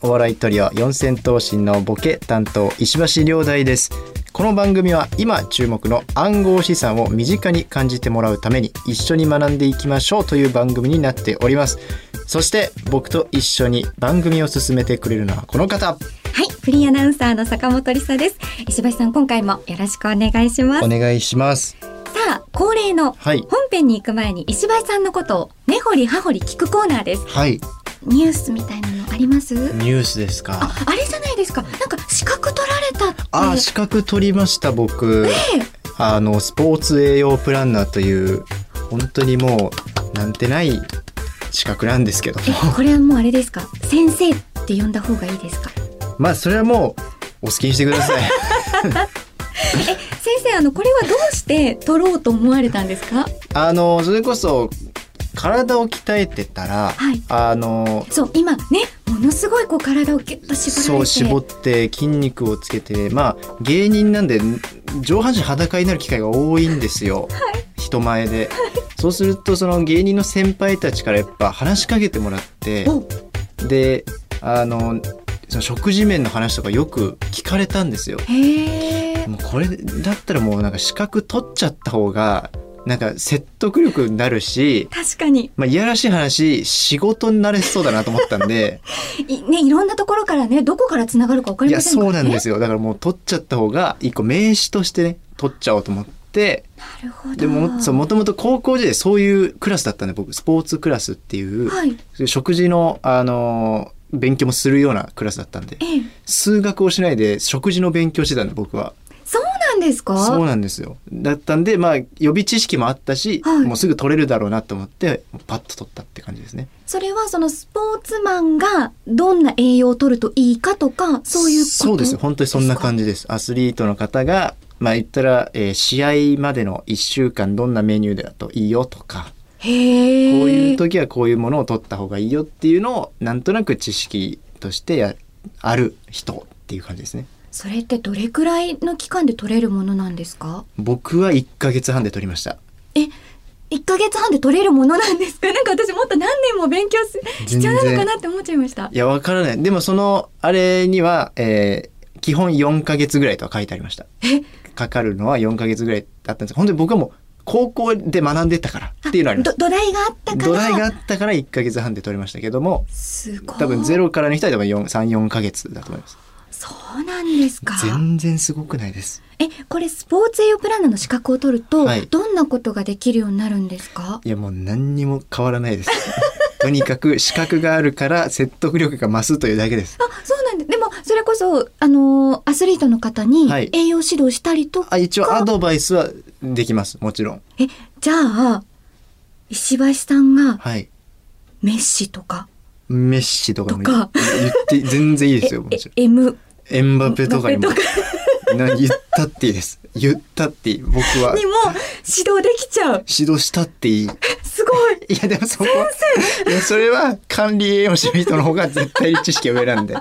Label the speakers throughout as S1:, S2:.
S1: お笑いトリオ四千頭身のボケ担当石橋亮大ですこの番組は今注目の暗号資産を身近に感じてもらうために一緒に学んでいきましょうという番組になっておりますそして僕と一緒に番組を進めてくれるのはこの方
S2: はい、フリーアナウンサーの坂本理沙です。石橋さん、今回もよろしくお願いします。
S1: お
S2: さ
S1: 願いします
S2: あ、恒例の本
S1: はい
S2: 編に行く前に石橋さんのことを根掘り葉掘り聞くコーナーです。
S1: はい
S2: ニュースみたいなのあります？
S1: ニュースですか
S2: あ、あれじゃないですか。なんか資格取られたって。
S1: あー資格取りました僕あのスポーツ栄養プランナーという本当にもうなんてない資格なんですけども
S2: えこれはもうあれですか。先生って呼んだ方がいいですか。
S1: まあそれはもうお好きにしてくだ さい
S2: 先生、あのこれはどうして取ろうと思われたんですか。
S1: あのそれこそ体を鍛えてたら、
S2: はい
S1: あの
S2: そう、今ね、ものすごいこう体をぎゅっと絞られて。
S1: そう絞って筋肉をつけてまあ芸人なんで上半身裸になる機会が多いんですよ、人前で、そうするとその芸人の先輩たちからやっぱ話しかけてもらって
S2: お、
S1: であのその食事面の話とかよく聞かれたんですよ。
S2: へえ。
S1: もうこれだったらもうなんか資格取っちゃった方がなんか説得力になるし、
S2: 確かに。
S1: まあ、いやらしい話仕事になれそうだなと思ったん で
S2: いね、いろんなところからね、どこからつながるか分か
S1: い
S2: りま
S1: や
S2: せんか
S1: そ
S2: らね。
S1: うなんですよだからもう取っちゃった方が一個名詞として、ね、取っちゃおうと思って
S2: なるほど。
S1: でもそうもともと高校時代そういうクラスだったんで僕スポーツクラスっていう、
S2: はい。
S1: そういう食事の、あのー勉強もするようなクラスだったんで
S2: ええ、
S1: 数学をしないで食事の勉強してたんで僕は
S2: そうなんですか。
S1: そうなんですよだったんでまあ予備知識もあったし、
S2: はい
S1: もうすぐ取れるだろうなと思ってパッと取ったって感じですね
S2: それはそのスポーツマンがどんな栄養を取るといいかとか、そういうこと。
S1: そうです本当にそんな感
S2: じ。
S1: じですアスリートの方がまあ言ったら、えー試合までの1週間どんなメニューだといいよとか、
S2: へえ。
S1: こういう時はこういうものを取った方がいいよっていうのをなんとなく知識としてやある人っていう感じですね
S2: それってどれくらいの期間で取れるものなんですか。
S1: 僕は1ヶ月半で取りました
S2: え。一ヶ月半で取れるものなんですか。なん か私もっと何年も勉強す必要なのかなって思っちゃいました
S1: い。や、わからない。でもその、あれには、えー基本4ヶ月ぐらいとは書いてありました。かかるのは4ヶ月ぐらいだったんです本当に僕はもう、高校で学んでたからっていうのはありま
S2: ど
S1: す。
S2: 土台があったから。
S1: 土台があったから1ヶ月半で取りましたけども、
S2: すごい。
S1: 多分ゼ。ロからの人は多分4 3、4ヶ月だと思います。
S2: そうなんですか。
S1: 全然すごくないです。
S2: え、これスポーツ栄養プランナーの資格を取ると、
S1: はい
S2: どんなことができるようになるんですか
S1: いや、もう何にも変わらないです。 とにかく資格があるから説得力が増すというだけです。
S2: あ、そうなんで、でも、それこそ、あのーアスリートの方に
S1: はい
S2: 栄養指導したりとか、
S1: あ一応アドバイスはできます。もちろん。
S2: え、じゃあ、石橋さんが
S1: はい。
S2: メッシとか、
S1: メッシとかもいい
S2: とか
S1: 言って全然いいですよ。も
S2: え
S1: ちろん
S2: え M、
S1: エンバペとかにも
S2: エムバペ
S1: な言ったっていいです。言ったっていい。僕は
S2: にも指導できちゃう。
S1: 指導したっていい。い
S2: すごい。
S1: やでもそこいやそれは管理栄養士の人の方が絶対に知識は上なんで。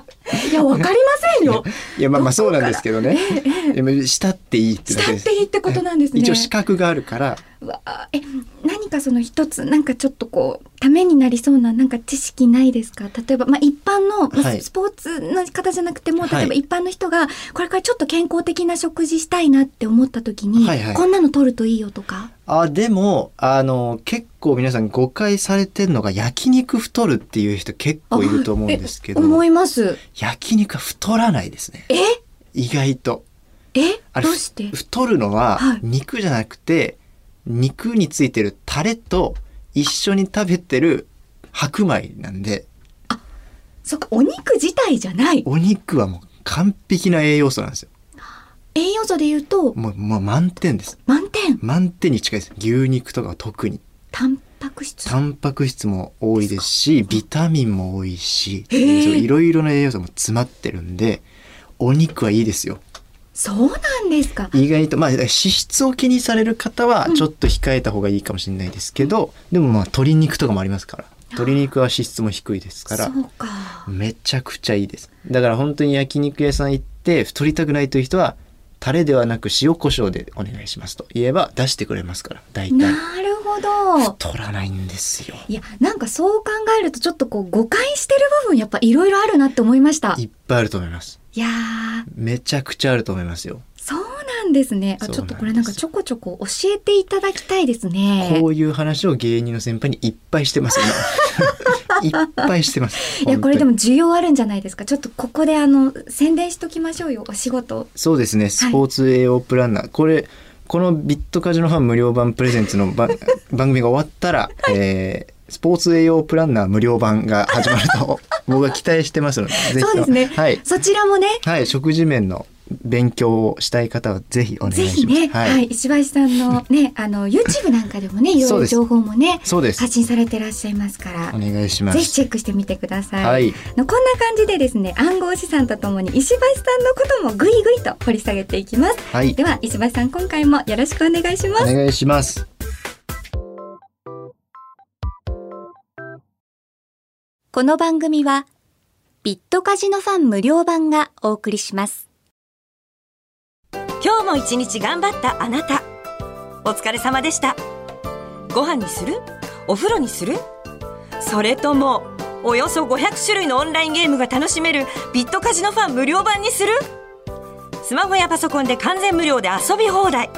S2: いや、わかりませんよ。
S1: いやまあまあそうなんですけどね。でもしたっていいって
S2: し
S1: だけ
S2: た
S1: で
S2: っ
S1: す
S2: て。いいってことなんですね。
S1: 一応資格があるから。
S2: わあえ何かその一つなんかちょっとこうためになりそうななんか知識ないですか例えば、まあ、一般の、まあ
S1: はい
S2: スポーツの方じゃなくても例え
S1: は
S2: ば
S1: い
S2: 一般の人がこれからちょっと健康的な食事したいなって思った時に、
S1: はいはい
S2: こんなの取るといいよとか
S1: あでもあの結構皆さん誤解されてるのが焼肉太るっていう人結構いると思うんですけど
S2: あえ思います
S1: 焼肉は太らないですね
S2: え
S1: 意外と
S2: え
S1: あれ
S2: どうして
S1: 太るのは
S2: はい
S1: 肉じゃなくて、肉についてるタレと一緒に食べてる白米なんで
S2: そっかお肉自体じゃない
S1: お肉はもう完璧な栄養素なんですよ
S2: 栄養素で言うと
S1: もうもう満点です
S2: 満点
S1: 満点に近いです牛肉とかは特に
S2: タンパク質
S1: タンパク質も多いですしビタミンも多いしそう
S2: へえ
S1: いろいろな栄養素も詰まってるんでお肉はいいですよ
S2: そうなんですか
S1: 意外とまあ脂質を気にされる方はちょっと控えた方がいいかもしれないですけど、でもまあ鶏肉とかもありますから鶏肉は脂質も低いですか
S2: そ
S1: ら
S2: うか
S1: めちゃくちゃいいですだから本当に焼肉屋さん行って太りたくないという人はタレではなく塩コショウでお願いしますと言えば出してくれますから大
S2: な
S1: 体
S2: るほほど。
S1: 取らないんですよ
S2: いや、なんかそう考えるとちょっとこう誤解してる部分やっぱいろいろあるなって思いました。
S1: いっぱいあると思います
S2: いやー、
S1: めちゃくちゃあると思いますよ
S2: そうなんですね。あ、
S1: そう
S2: ち
S1: な
S2: ょ
S1: ん
S2: っ
S1: です
S2: とこれなんかちょこちょこ教えていただきたいですね
S1: こ。ういう話を芸人の先輩にいっぱいしてます 今いっぱいしてます
S2: いや、これで
S1: も
S2: も需要あるんじゃないですか。ちょっとここであの、宣伝しときましょうよ、お仕事。
S1: そうですねスポーツ栄養プランナー、これこのビットカジノファン無料版プレゼンツの番 番組が終わったら、えースポーツ栄養プランナー無料版が始まる と僕は期待してますのでぜひとも
S2: そうですね
S1: はい、
S2: そちらもね、
S1: はい、食事面の勉強をしたい方はぜひお願いし
S2: ぜ
S1: ます
S2: ひね、はい、
S1: はい、
S2: 石橋さんのね、あの YouTube なんかでもね、いろ
S1: そう
S2: いろ
S1: です
S2: 情報もね、
S1: そうです
S2: 発信されてらっしゃいますから
S1: お、願いしま
S2: ぜひ
S1: す
S2: チェックしてみてください。
S1: はい
S2: あのこんな感じでですね、暗号資産とともに石橋さんのこともぐいぐいと掘り下げていきます。
S1: はい
S2: では石橋さん、今回もよろしくお願いします
S1: お。願いします
S3: この番組はビットカジノファン無料版がお送りします
S4: 今日も一日頑張ったあなたお疲れ様でしたご飯にするお風呂にするそれともおよそ500種類のオンラインゲームが楽しめるビットカジノファン無料版にするスマホやパソコンで完全無料で遊び放題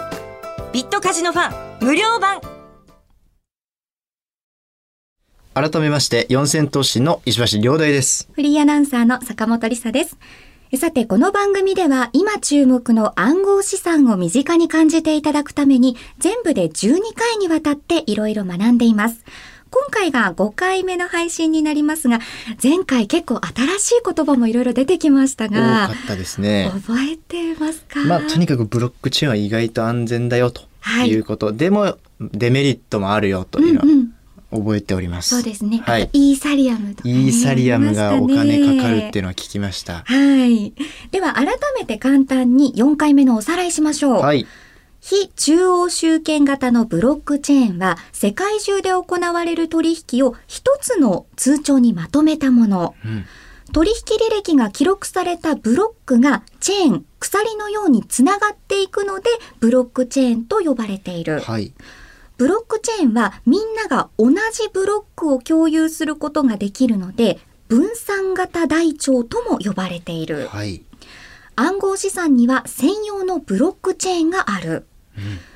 S4: ビットカジノファン無料版
S1: 改めまして四千頭身の石橋亮大です
S2: フリーアナウンサーの坂本理沙です。えさて、この番組では今注目の暗号資産を身近に感じていただくために全部で12回にわたっていろいろ学んでいます。今回が5回目の配信になりますが、前回結構新しい言葉もいろいろ出てきました
S1: 多か
S2: が、
S1: ったですね
S2: 覚えてますか、
S1: まあとにかくブロックチェーンは意外と安全だよと
S2: はい
S1: いうこと、でもデメリットもあるよと
S2: う
S1: いうんのは
S2: うん、
S1: 覚えております、
S2: そうですね。
S1: は
S2: あ
S1: い
S2: とイーサリアムとかね、
S1: イーサリアムがお
S2: ありま
S1: 金
S2: し
S1: か
S2: た
S1: か
S2: ね
S1: るっていうのは聞きました
S2: はい。では、改めて簡単に4回目のおさらいしましょう。
S1: はい
S2: 非中央集権型のブロックチェーンは世界中で行われる取引を一つの通帳にまとめたもの。
S1: うん
S2: 取引履歴が記録されたブロックがチェーン、鎖のようにつながっていくのでブロックチェーンと呼ばれている。
S1: はい
S2: ブロックチェーンはみんなが同じブロックを共有することができるので分散型台帳とも呼ばれている。
S1: はい
S2: 暗号資産には専用のブロックチェーンがある。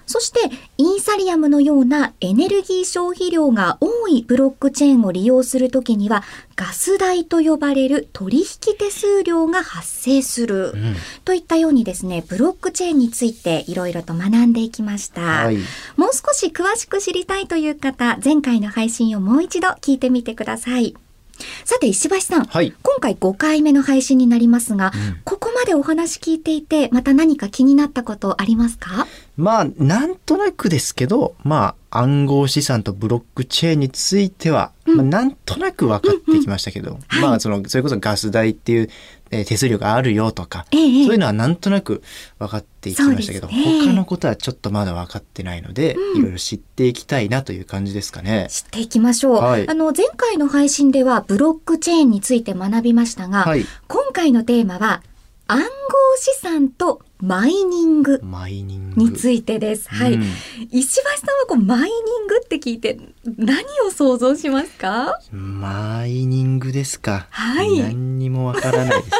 S2: そして、イーサリアムのようなエネルギー消費量が多いブロックチェーンを利用するときには、ガス代と呼ばれる取引手数料が発生する。
S1: ん
S2: といったようにですね、ブロックチェーンについていろいろと学んでいきました。
S1: はい
S2: もう少し詳しく知りたいという方、前回の配信をもう一度聞いてみてください。さて、石橋さん。
S1: はい
S2: 今回5回目の配信になりますが、ここまでお話聞いていて、また何か気になったことありますか
S1: まあなんとなくですけどまあ暗号資産とブロックチェーンについては、まあ、なんとなく分かってきましたけど、まあそのそれこそガス代っていう、えー手数料があるよとか、
S2: ええええ
S1: そういうのはなんとなく分かっていきましたけど、
S2: そうですね
S1: 他のことはちょっとまだ分かってないので、いろいろ知っていきたいなという感じですかね。
S2: 知っていきましょう。
S1: はい
S2: あの、前回の配信ではブロックチェーンについて学びましたが、
S1: はい
S2: 今回のテーマは、暗号資産とマイニング
S1: マイニング
S2: についてです。はい。
S1: うん
S2: 石橋さんはこう、マイニングって聞いて、何を想像しますか
S1: マイニングですか。
S2: はい
S1: 何にもわからない です。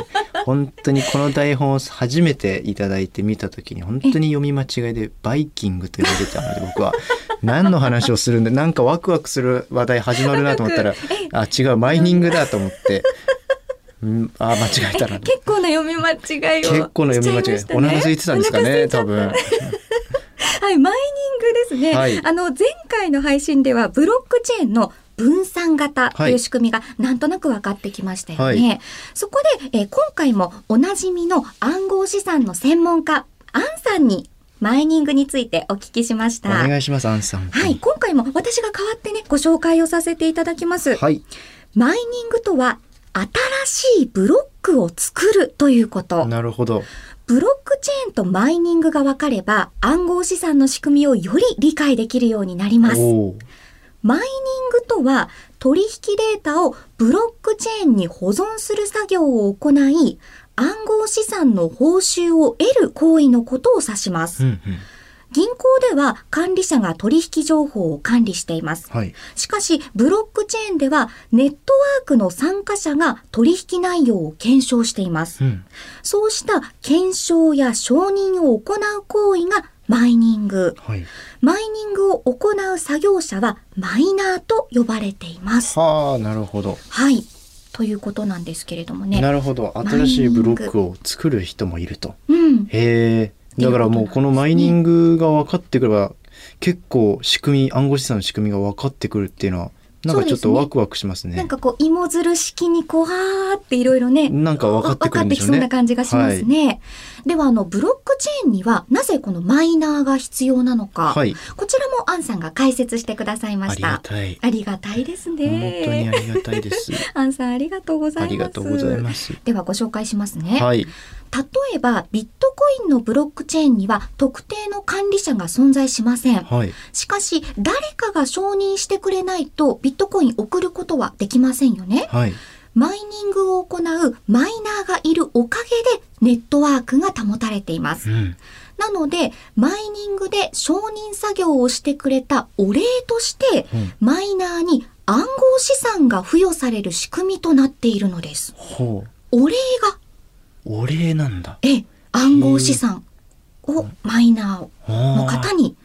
S1: 本当にこの台本を初めていただいて見たときに本当に読み間違いでバイキングと呼ばれてたので僕 は何の話をするんだなんかワクワクする話題始まるなと思ったらあ違うマイニングだと思ってうんあ間違えたな
S2: 結構な読み間違いをしちゃいましたね。
S1: 結構な読み間違いお腹空いてたんですか
S2: お腹空
S1: ね
S2: いちゃ
S1: 多
S2: った
S1: 分
S2: はい、マイニングですね。
S1: はい
S2: あの、前回の配信では、ブロックチェーンの分散型という仕組みがなんとなく分かってきましたよね。
S1: はい
S2: そこで、えー今回もおなじみの暗号資産の専門家、アンさんにマイニングについてお聞きしまし
S1: お
S2: た。は
S1: 願いしますアンさん
S2: い、今回も私が代わってね、ご紹介をさせていただきます。
S1: はい
S2: マイニングとは、新しいブロックを作るということ。
S1: なるほど
S2: ブロックチェーンとマイニングが分かれば暗号資産の仕組みをより理解できるようになります。
S1: おー
S2: マイニングとは取引データをブロックチェーンに保存する作業を行い暗号資産の報酬を得る行為のことを指します。
S1: うんうん
S2: 銀行では管理者が取引情報を管理しています。
S1: はい。
S2: しかし、ブロックチェーンでは、ネットワークの参加者が取引内容を検証しています。
S1: うん。
S2: そうした検証や承認を行う行為がマイニング。
S1: はい。
S2: マイニングを行う作業者はマイナーと呼ばれています。
S1: はあ、なるほど。
S2: はい。ということなんですけれどもね。
S1: なるほど。新しいブロックを作る人もいると。
S2: うん。
S1: へえ。だからもうこのマイニングが分かってくれば、結構仕組み、暗号資産の仕組みが分かってくるっていうのは、なんかちょっ
S2: そうです
S1: と
S2: ね
S1: ワクワクしますね。
S2: なんかこう、芋づる式にこう、はーっていろいろね。
S1: なんか分かってくるんでしょうね
S2: わわかってきそうな感じがしますね。では、あの、ブロックチェーンには、なぜこのマイナーが必要なのか。
S1: はい。
S2: こちらもアンさんが解説してくださいま
S1: あ
S2: し
S1: りが
S2: た。
S1: たい。
S2: ありがたいです
S1: 本当にあ
S2: ね。
S1: りがたいです。
S2: アンさん ありがとうござい
S1: あ
S2: ます。
S1: りがとうございます。
S2: ではご紹介しますね。
S1: はい。
S2: 例えば、ビットコインのブロックチェーンには特定の管理者が存在しません。
S1: はい。
S2: しかし、誰かが承認してくれないとビットコイン送ることはできませんよね。
S1: はい。
S2: マイニングを行うマイナーがいるおかげでネットワークが保たれています
S1: う。ん。
S2: なので、マイニングで承認作業をしてくれたお礼として、
S1: うん
S2: マイナーに暗号資産が付与される仕組みとなっているのです。
S1: ほう。
S2: お礼が、
S1: お礼なんだ。
S2: え、暗号資産をマイナーの
S1: あ
S2: 方
S1: ー
S2: に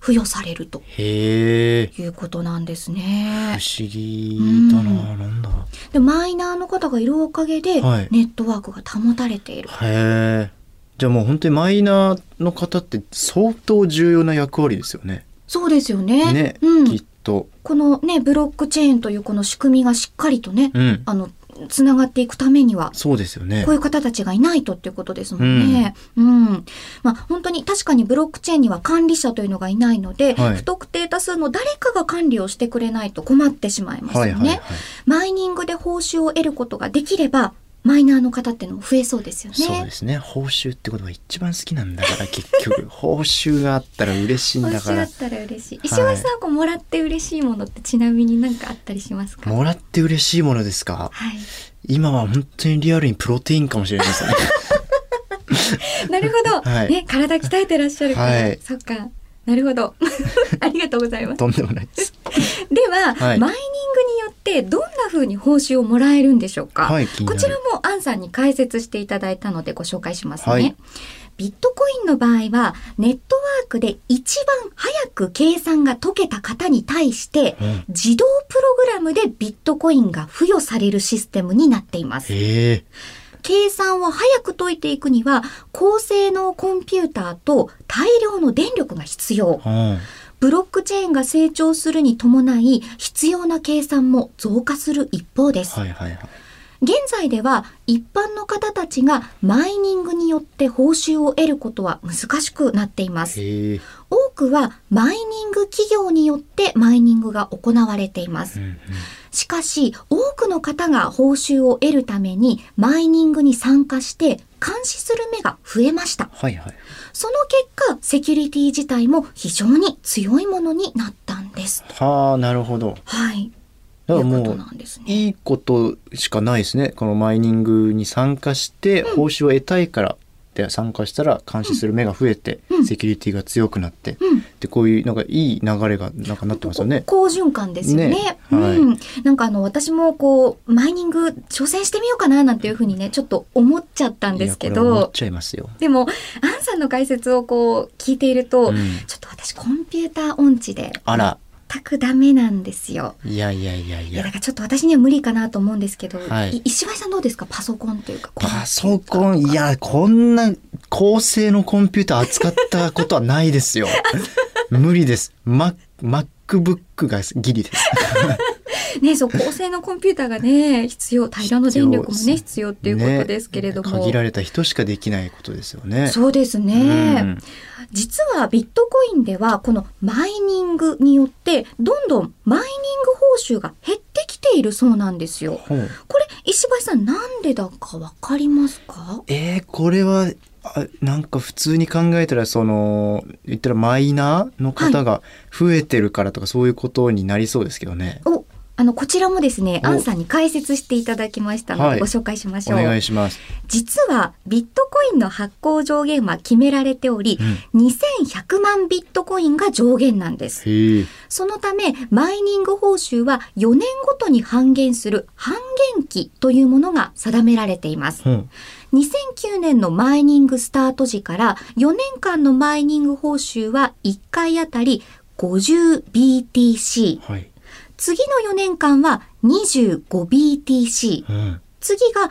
S2: 付与されると
S1: へえ。
S2: いうことなんです
S1: 不
S2: ね。
S1: 思議だな。なんだ。
S2: で、マイナーの方がいるおかげで、
S1: はい
S2: ネットワークが保たれている。
S1: へえ。じゃあもう本当にマイナーの方って相当重要な役割ですよね。
S2: そうですよね。
S1: ね、
S2: う
S1: き
S2: ん
S1: っ。と。
S2: このね、ブロックチェーンというこの仕組みがしっかりとね、
S1: うん。
S2: あの、つながっていくためには、
S1: そうですよね
S2: こう。いう方たちがいないとっていうことですもんね。うん。まあ本当に確かにブロックチェーンには管理者というのがいないので、
S1: はい
S2: 不特定多数の誰かが管理をしてくれないと困ってしまいますよ
S1: は
S2: ね。
S1: いはいはい。
S2: マイニングで報酬を得ることができれば、マイナーの方っていうのも増えそうですよね。
S1: そうですね。報酬ってことが一番好きなんだから結 局報酬があったら嬉しいん
S2: 報
S1: だか
S2: 酬あ
S1: ら
S2: っ。たら嬉しい。
S1: い
S2: 石橋さんはこうもらって嬉しいものってちなみに何かあったりしますか
S1: もらって嬉しいものですか。
S2: はい。
S1: 今は本当にリアルにプロテインかもしれない ですね。
S2: なるほど、
S1: はい
S2: ね、体鍛えてらっしゃるから、
S1: はい
S2: そっか。なるほど。 ありがとうございます。
S1: とんでもないです。
S2: では、
S1: はい
S2: マイニングによってどんな風に報酬をもらえるんでしょうか、
S1: はい、気にな
S2: こ
S1: る。
S2: ちらもアンさんに解説していただいたのでご紹介しますね、
S1: はい
S2: ビットコインの場合はネットワークで一番早く計算が解けた方に対して
S1: うん
S2: 自動プログラムでビットコインが付与されるシステムになっていま
S1: へ
S2: す
S1: え。
S2: 計算を早く解いていくには高性能コンピューターと大量の電力が必要
S1: うん。
S2: ブロックチェーンが成長するに伴い必要な計算も増加する一方です、
S1: はいはいはい。
S2: 現在では一般の方たちがマイニングによって報酬を得ることは難しくなっています
S1: へえ。
S2: 多くはマイニング企業によってマイニングが行われていま
S1: う
S2: す
S1: んうん。
S2: しかし多くの方が報酬を得るためにマイニングに参加して監視する目が増えました
S1: はいはい。
S2: その結果セキュリティ自体も非常に強いものになったんです
S1: はあ、なるほど。
S2: はい
S1: だから
S2: いうこ
S1: も
S2: と
S1: う
S2: なんですね。
S1: いいことしかないですね。このマイニングに参加して報酬を得たいからで参加したら監視する目が増えて、
S2: うん
S1: セキュリティが強くなって、
S2: うん
S1: でこういうなんかいい流れがなんかなってますよね。
S2: 好循環ですよね
S1: ね
S2: うん、なんかあの私もこうマイニング挑戦してみようかななんていうふうにねちょっと思っちゃったんですけ
S1: いやこれ思っ
S2: ど
S1: ちゃいますよ。
S2: でもアンさんの解説をこう聞いていると、
S1: うん
S2: ちょっと私コンピューター音痴で
S1: あら、
S2: 全くダメなんですよ。
S1: いやいやいやい
S2: いやだ
S1: や。
S2: からちょっと私には無理かなと思うんですけど、
S1: はい
S2: い石橋さんどうですかパソコンというかこう
S1: パソコン、いや、こんな高性能コンピューター扱ったことはないです よ。無理です。マ MacBook がギリです。
S2: ねそう高性能コンピューターがね必要大量の電力も
S1: 必要
S2: ね必要っていうことですけれど
S1: ね
S2: も、
S1: 限られた人しかできないことですよね。
S2: そうです
S1: う
S2: ね、
S1: ん
S2: 実はビットコインではこのマイニングによってどんどんマイニング報酬が減ってきているそうなんですよ。
S1: ほう
S2: これ石橋さんなんでだかわかりますか
S1: えー、これはあなんか普通に考えたらその言ったらマイナーの方が増えてるからとかそういうことになりそうですけどね。
S2: おあのこちらもですね
S1: お
S2: アンさんに解説していただきましたので、
S1: はい
S2: ご紹介しまし
S1: お
S2: ょう
S1: 願いします。
S2: 実はビットコインの発行上限は決められており、
S1: うん
S2: 2100万ビットコインが上限なんです
S1: へえ。
S2: そのためマイニング報酬は4年ごとに半減する半減期というものが定められています
S1: うん。
S2: 2009年のマイニングスタート時から4年間のマイニング報酬は1回あたり 50BTC
S1: はい。
S2: 次の4年間は 25BTC
S1: うん。
S2: 次が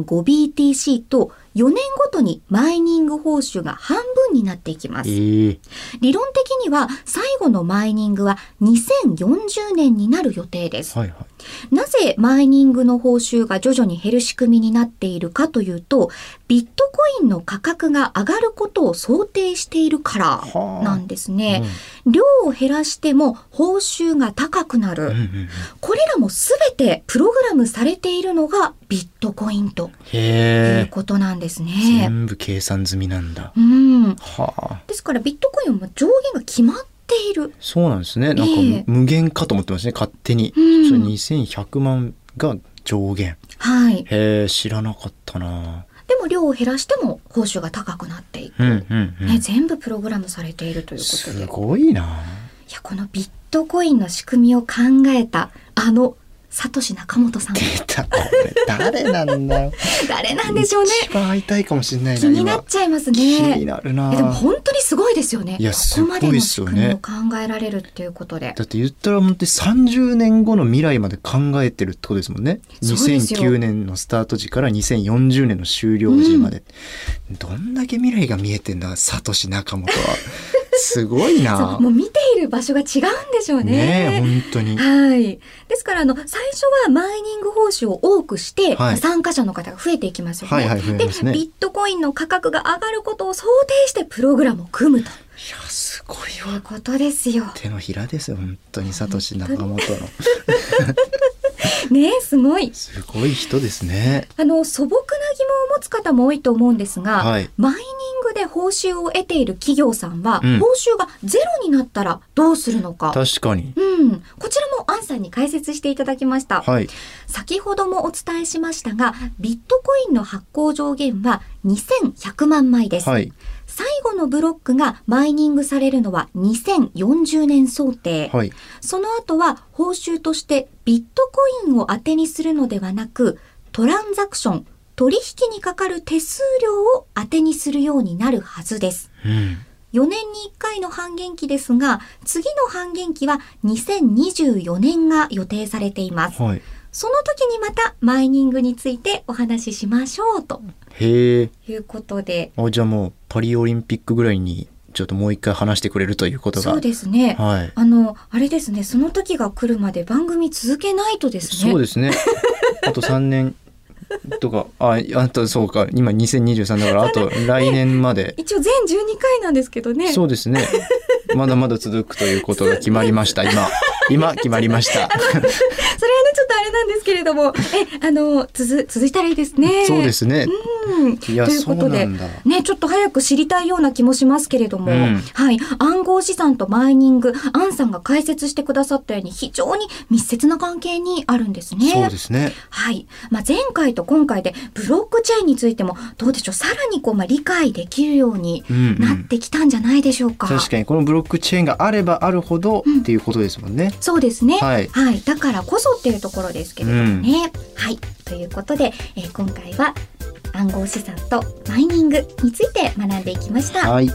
S2: 12.5BTC と4年ごとにマイニング報酬が半分になっていきます。
S1: ええ。
S2: 理論的には最後のマイニングは2040年になる予定です。
S1: はいは
S2: なぜマイニングの報酬が徐々に減る仕組みになっているかというと、ビットコインの価格が上がることを想定しているから
S1: はあ
S2: なんです
S1: い。
S2: ね。量を減らしても報酬が高くなる。
S1: うん。うんうんうん。
S2: これらもすべてプログラムされているのがビットコインという
S1: へえ。
S2: ことなんですね。
S1: 全部計算済みなんだ。
S2: うん。
S1: はあ。
S2: ですからビットコインはもう上限が決まっている。
S1: そうなんですね。なんか
S2: ええ
S1: 無限かと思ってますね。勝手に。
S2: うん
S1: それ2100万が上限。
S2: はい。
S1: へえ、知らなかったな。
S2: でも量を減らしても報酬が高くなっていく。
S1: うんうんう
S2: ね、
S1: ん。
S2: 全部プログラムされているということで。
S1: すごいな。
S2: いや、このビットコインの仕組みを考えた、あの、サトシ中 本さん。
S1: 出 た。これ誰なんだよ。
S2: 誰なんでしょうね。
S1: 一番会いたいかもしれないな。
S2: 気になっ
S1: 今
S2: ちゃいます
S1: 気に
S2: ね。
S1: なるな
S2: え。でも本当にすごいですよね。
S1: いや
S2: ここまです
S1: ごい
S2: の
S1: っす
S2: 仕
S1: よ
S2: 組み
S1: ね
S2: を考えられるっていうことで。
S1: だって言ったら本当に30年後の未来まで考えてるってことですもんね。
S2: そうですよ
S1: 2009年のスタート時から2040年の終了時まで。どんだけ未来が見えてんだ、サトシ中本は。すごい
S2: そ
S1: な
S2: う、。もう見ている場所が違うんでしょうね。
S1: ねえ、本当に。
S2: はい。ですから、あの、最初はマイニング報酬を多くして、
S1: はい
S2: 参加者の方が増えていきますよね。
S1: はいはい増えますね
S2: で、ビットコインの価格が上がることを想定してプログラムを組む
S1: い
S2: と
S1: や、すごい
S2: い
S1: わ。
S2: うことですよ。
S1: 手のひらですよ、本当にサトシ中本の。
S2: ねえ、すごい。
S1: すごい人ですね。
S2: あの、素朴な疑問を持つ方も多いと思うんですが、
S1: はい
S2: マイニングで報酬を得ている企業さんは、
S1: うん
S2: 報酬がゼロになったらどうするのか。
S1: 確かに。
S2: うん。こちらもアンさんに解説していただきました。
S1: はい。
S2: 先ほどもお伝えしましたが、ビットコインの発行上限は2100万枚です。
S1: はい。
S2: 最後のブロックがマイニングされるのは2040年想定。
S1: はい。
S2: その後は報酬としてビットコインを当てにするのではなく、トランザクション、取引にかかる手数料を当てにするようになるはずです。
S1: うん。
S2: 4年に1回の半減期ですが、次の半減期は2024年が予定されています。
S1: はい。
S2: その時にまたマイニングについてお話ししましょうと
S1: へえ。
S2: いうことで。
S1: あ、じゃあもうパリオリンピックぐらいに、ちょっともう一回話してくれるということが。
S2: そうですね。
S1: はい。
S2: あの、あれですね、その時が来るまで番組続けないとですね。
S1: そうですね。 あと3年とか、あ、あとそうか、今2023だから、あと来年まで。
S2: 一応全12回なんですけどね。
S1: そうですね。まだまだ続くということが決まりま した、今。今、決まりました。
S2: それはね、ちょっとあれなんですけれども、え、あの、つづ、続いたらいいですね。
S1: そうですね。
S2: うん。
S1: いや、
S2: という
S1: そ
S2: こ
S1: う
S2: と
S1: な
S2: で
S1: ん。だ。
S2: ね、ちょっと早く知りたいような気もしますけれども、
S1: うん
S2: はい、暗号資産とマイニング、アンさんが解説してくださったように非常に密接な関係にあるんですね。
S1: そうですね。
S2: はい。まあ、前回と今回でブロックチェーンについてもどうでしょうさらにこう、まあ、理解できるように
S1: うん、う
S2: なっ
S1: ん。
S2: てきたんじゃないでしょうか。
S1: 確かに、このブロックチェーンがあればあるほどっていうことですもんね。
S2: そうですね、
S1: はい
S2: だからこそっていうところですけれどもね。はい。ということで、えー今回は暗号資産とマイニングについて学んでいきました。
S1: はい。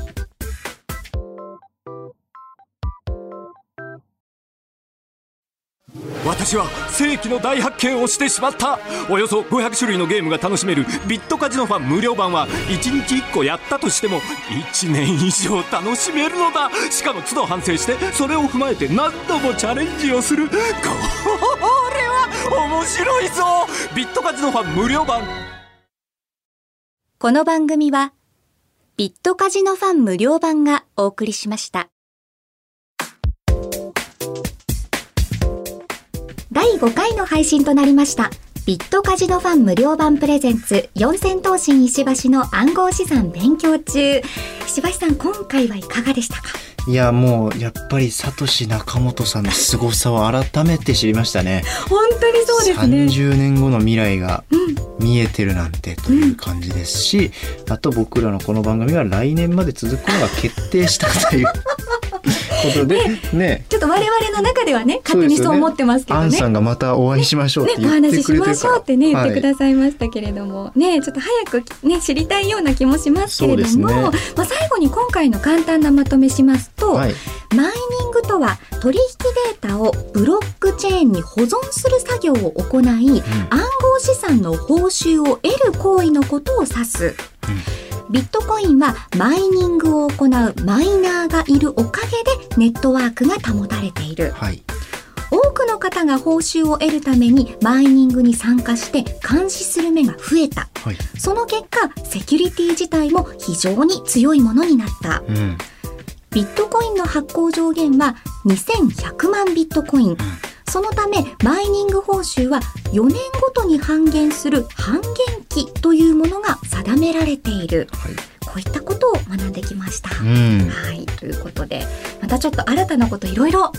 S5: 私は世紀の大発見をしてしまったおよそ500種類のゲームが楽しめるビットカジノファン無料版は1日1個やったとしても1年以上楽しめるのだしかも都度反省してそれを踏まえて何度もチャレンジをするこれは面白いぞビットカジノファン無料版
S3: この番組はビットカジノファン無料版がお送りしました。
S2: 第5回の配信となりました。ビットカジノファン無料版プレゼンツ四千頭身石橋の暗号資産勉強中。石橋さん、今回はいかがでしたか
S1: いやもうやっぱりサトシ仲本さんの凄さを改めて知りましたね。
S2: 本当にそうですね。
S1: 30年後の未来が見えてるなんてという感じですし、あと僕らのこの番組が来年まで続くのが決定したということでね
S2: ちょっと我々の中ではね、勝手に
S1: ですよ
S2: そう思ってますけど
S1: アン
S2: ね。
S1: さんがまたお会いしましょうって
S2: ね、お
S1: 言って
S2: 話し
S1: くれ
S2: し
S1: て
S2: ま
S1: る
S2: し
S1: か
S2: ょ
S1: ら
S2: うってね言って
S1: は
S2: く
S1: い
S2: ださいましたけれども、ねちょっと早くね知りたいような気もしますけれども、
S1: そうで
S2: まあ最後に今回の簡単なまとめしますと、
S1: はい、
S2: マイニングとは取引データをブロックチェーンに保存する作業を行い暗号資産の報酬を得る行為のことを指す。ビットコインはマイニングを行うマイナーがいるおかげでネットワークが保たれている。
S1: はい、
S2: 多くの方が報酬を得るためにマイニングに参加して監視する目が増えた。
S1: はい、
S2: その結果、セキュリティ自体も非常に強いものになった。
S1: うん、
S2: ビットコインの発行上限は2100万ビットコイン。そのため、マイニング報酬は4年ごとに半減する半減期というものが定められている。
S1: はい、
S2: こういったことを学んできました。
S1: うん。
S2: はい、ということで、またちょっと新たなこといろいろ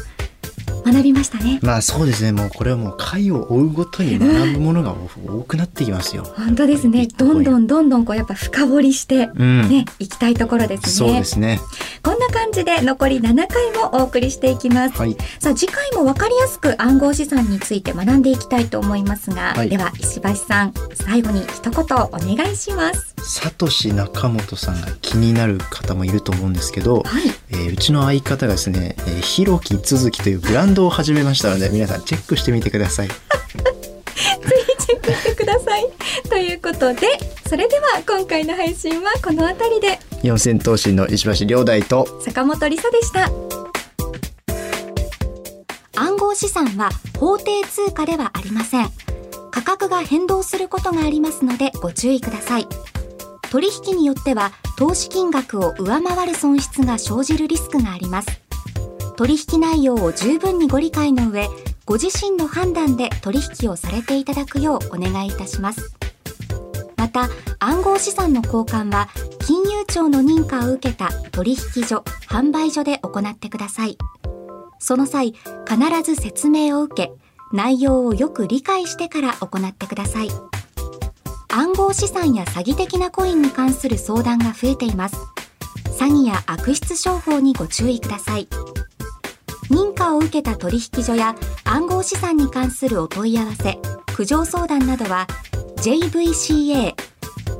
S2: 学びましたね。
S1: まあそうですねもうこれはもう回を追うごとに学ぶものが多くなってきますよ。
S2: 本当ですね。
S1: ビット
S2: ど
S1: コイン
S2: んどんどんどんこうやっぱ深掘りして、
S1: うん、
S2: ね、いきたいところです
S1: そう
S2: ね。
S1: ですね。
S2: こんな感じで残り7回もお送りしていきます。
S1: はい、
S2: さあ次回もわかりやすく暗号資産について学んでいきたいと思いますが、
S1: はい
S2: では石橋さん最後に一言お願いします。
S1: サトシ仲本さんが気になる方もいると思うんですけど、
S2: はい、
S1: えーうちの相方がですね、えー、ひろきつづきというブランドを始めましたので皆さんチェックしてみてください。
S2: チェックしてください。ということで、それでは今回の配信はこのあたりで
S1: 四千頭身の石橋亮大と
S2: 坂本理沙でした。
S3: 暗号資産は法定通貨ではありません価格が変動することがありますのでご注意ください取引によっては投資金額を上回る損失が生じるリスクがあります取引内容を十分にご理解の上ご自身の判断で取引をされていただくようお願いいたしますまた暗号資産の交換は金融庁の認可を受けた取引所販売所で行ってくださいその際、必ず説明を受け、内容をよく理解してから行ってください。暗号資産や詐欺的なコインに関する相談が増えています。詐欺や悪質商法にご注意ください。認可を受けた取引所や暗号資産に関するお問い合わせ、苦情相談などは JVCA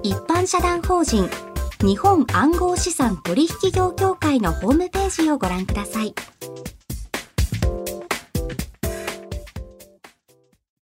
S3: 一般社団法人日本暗号資産取引業協会のホームページをご覧ください。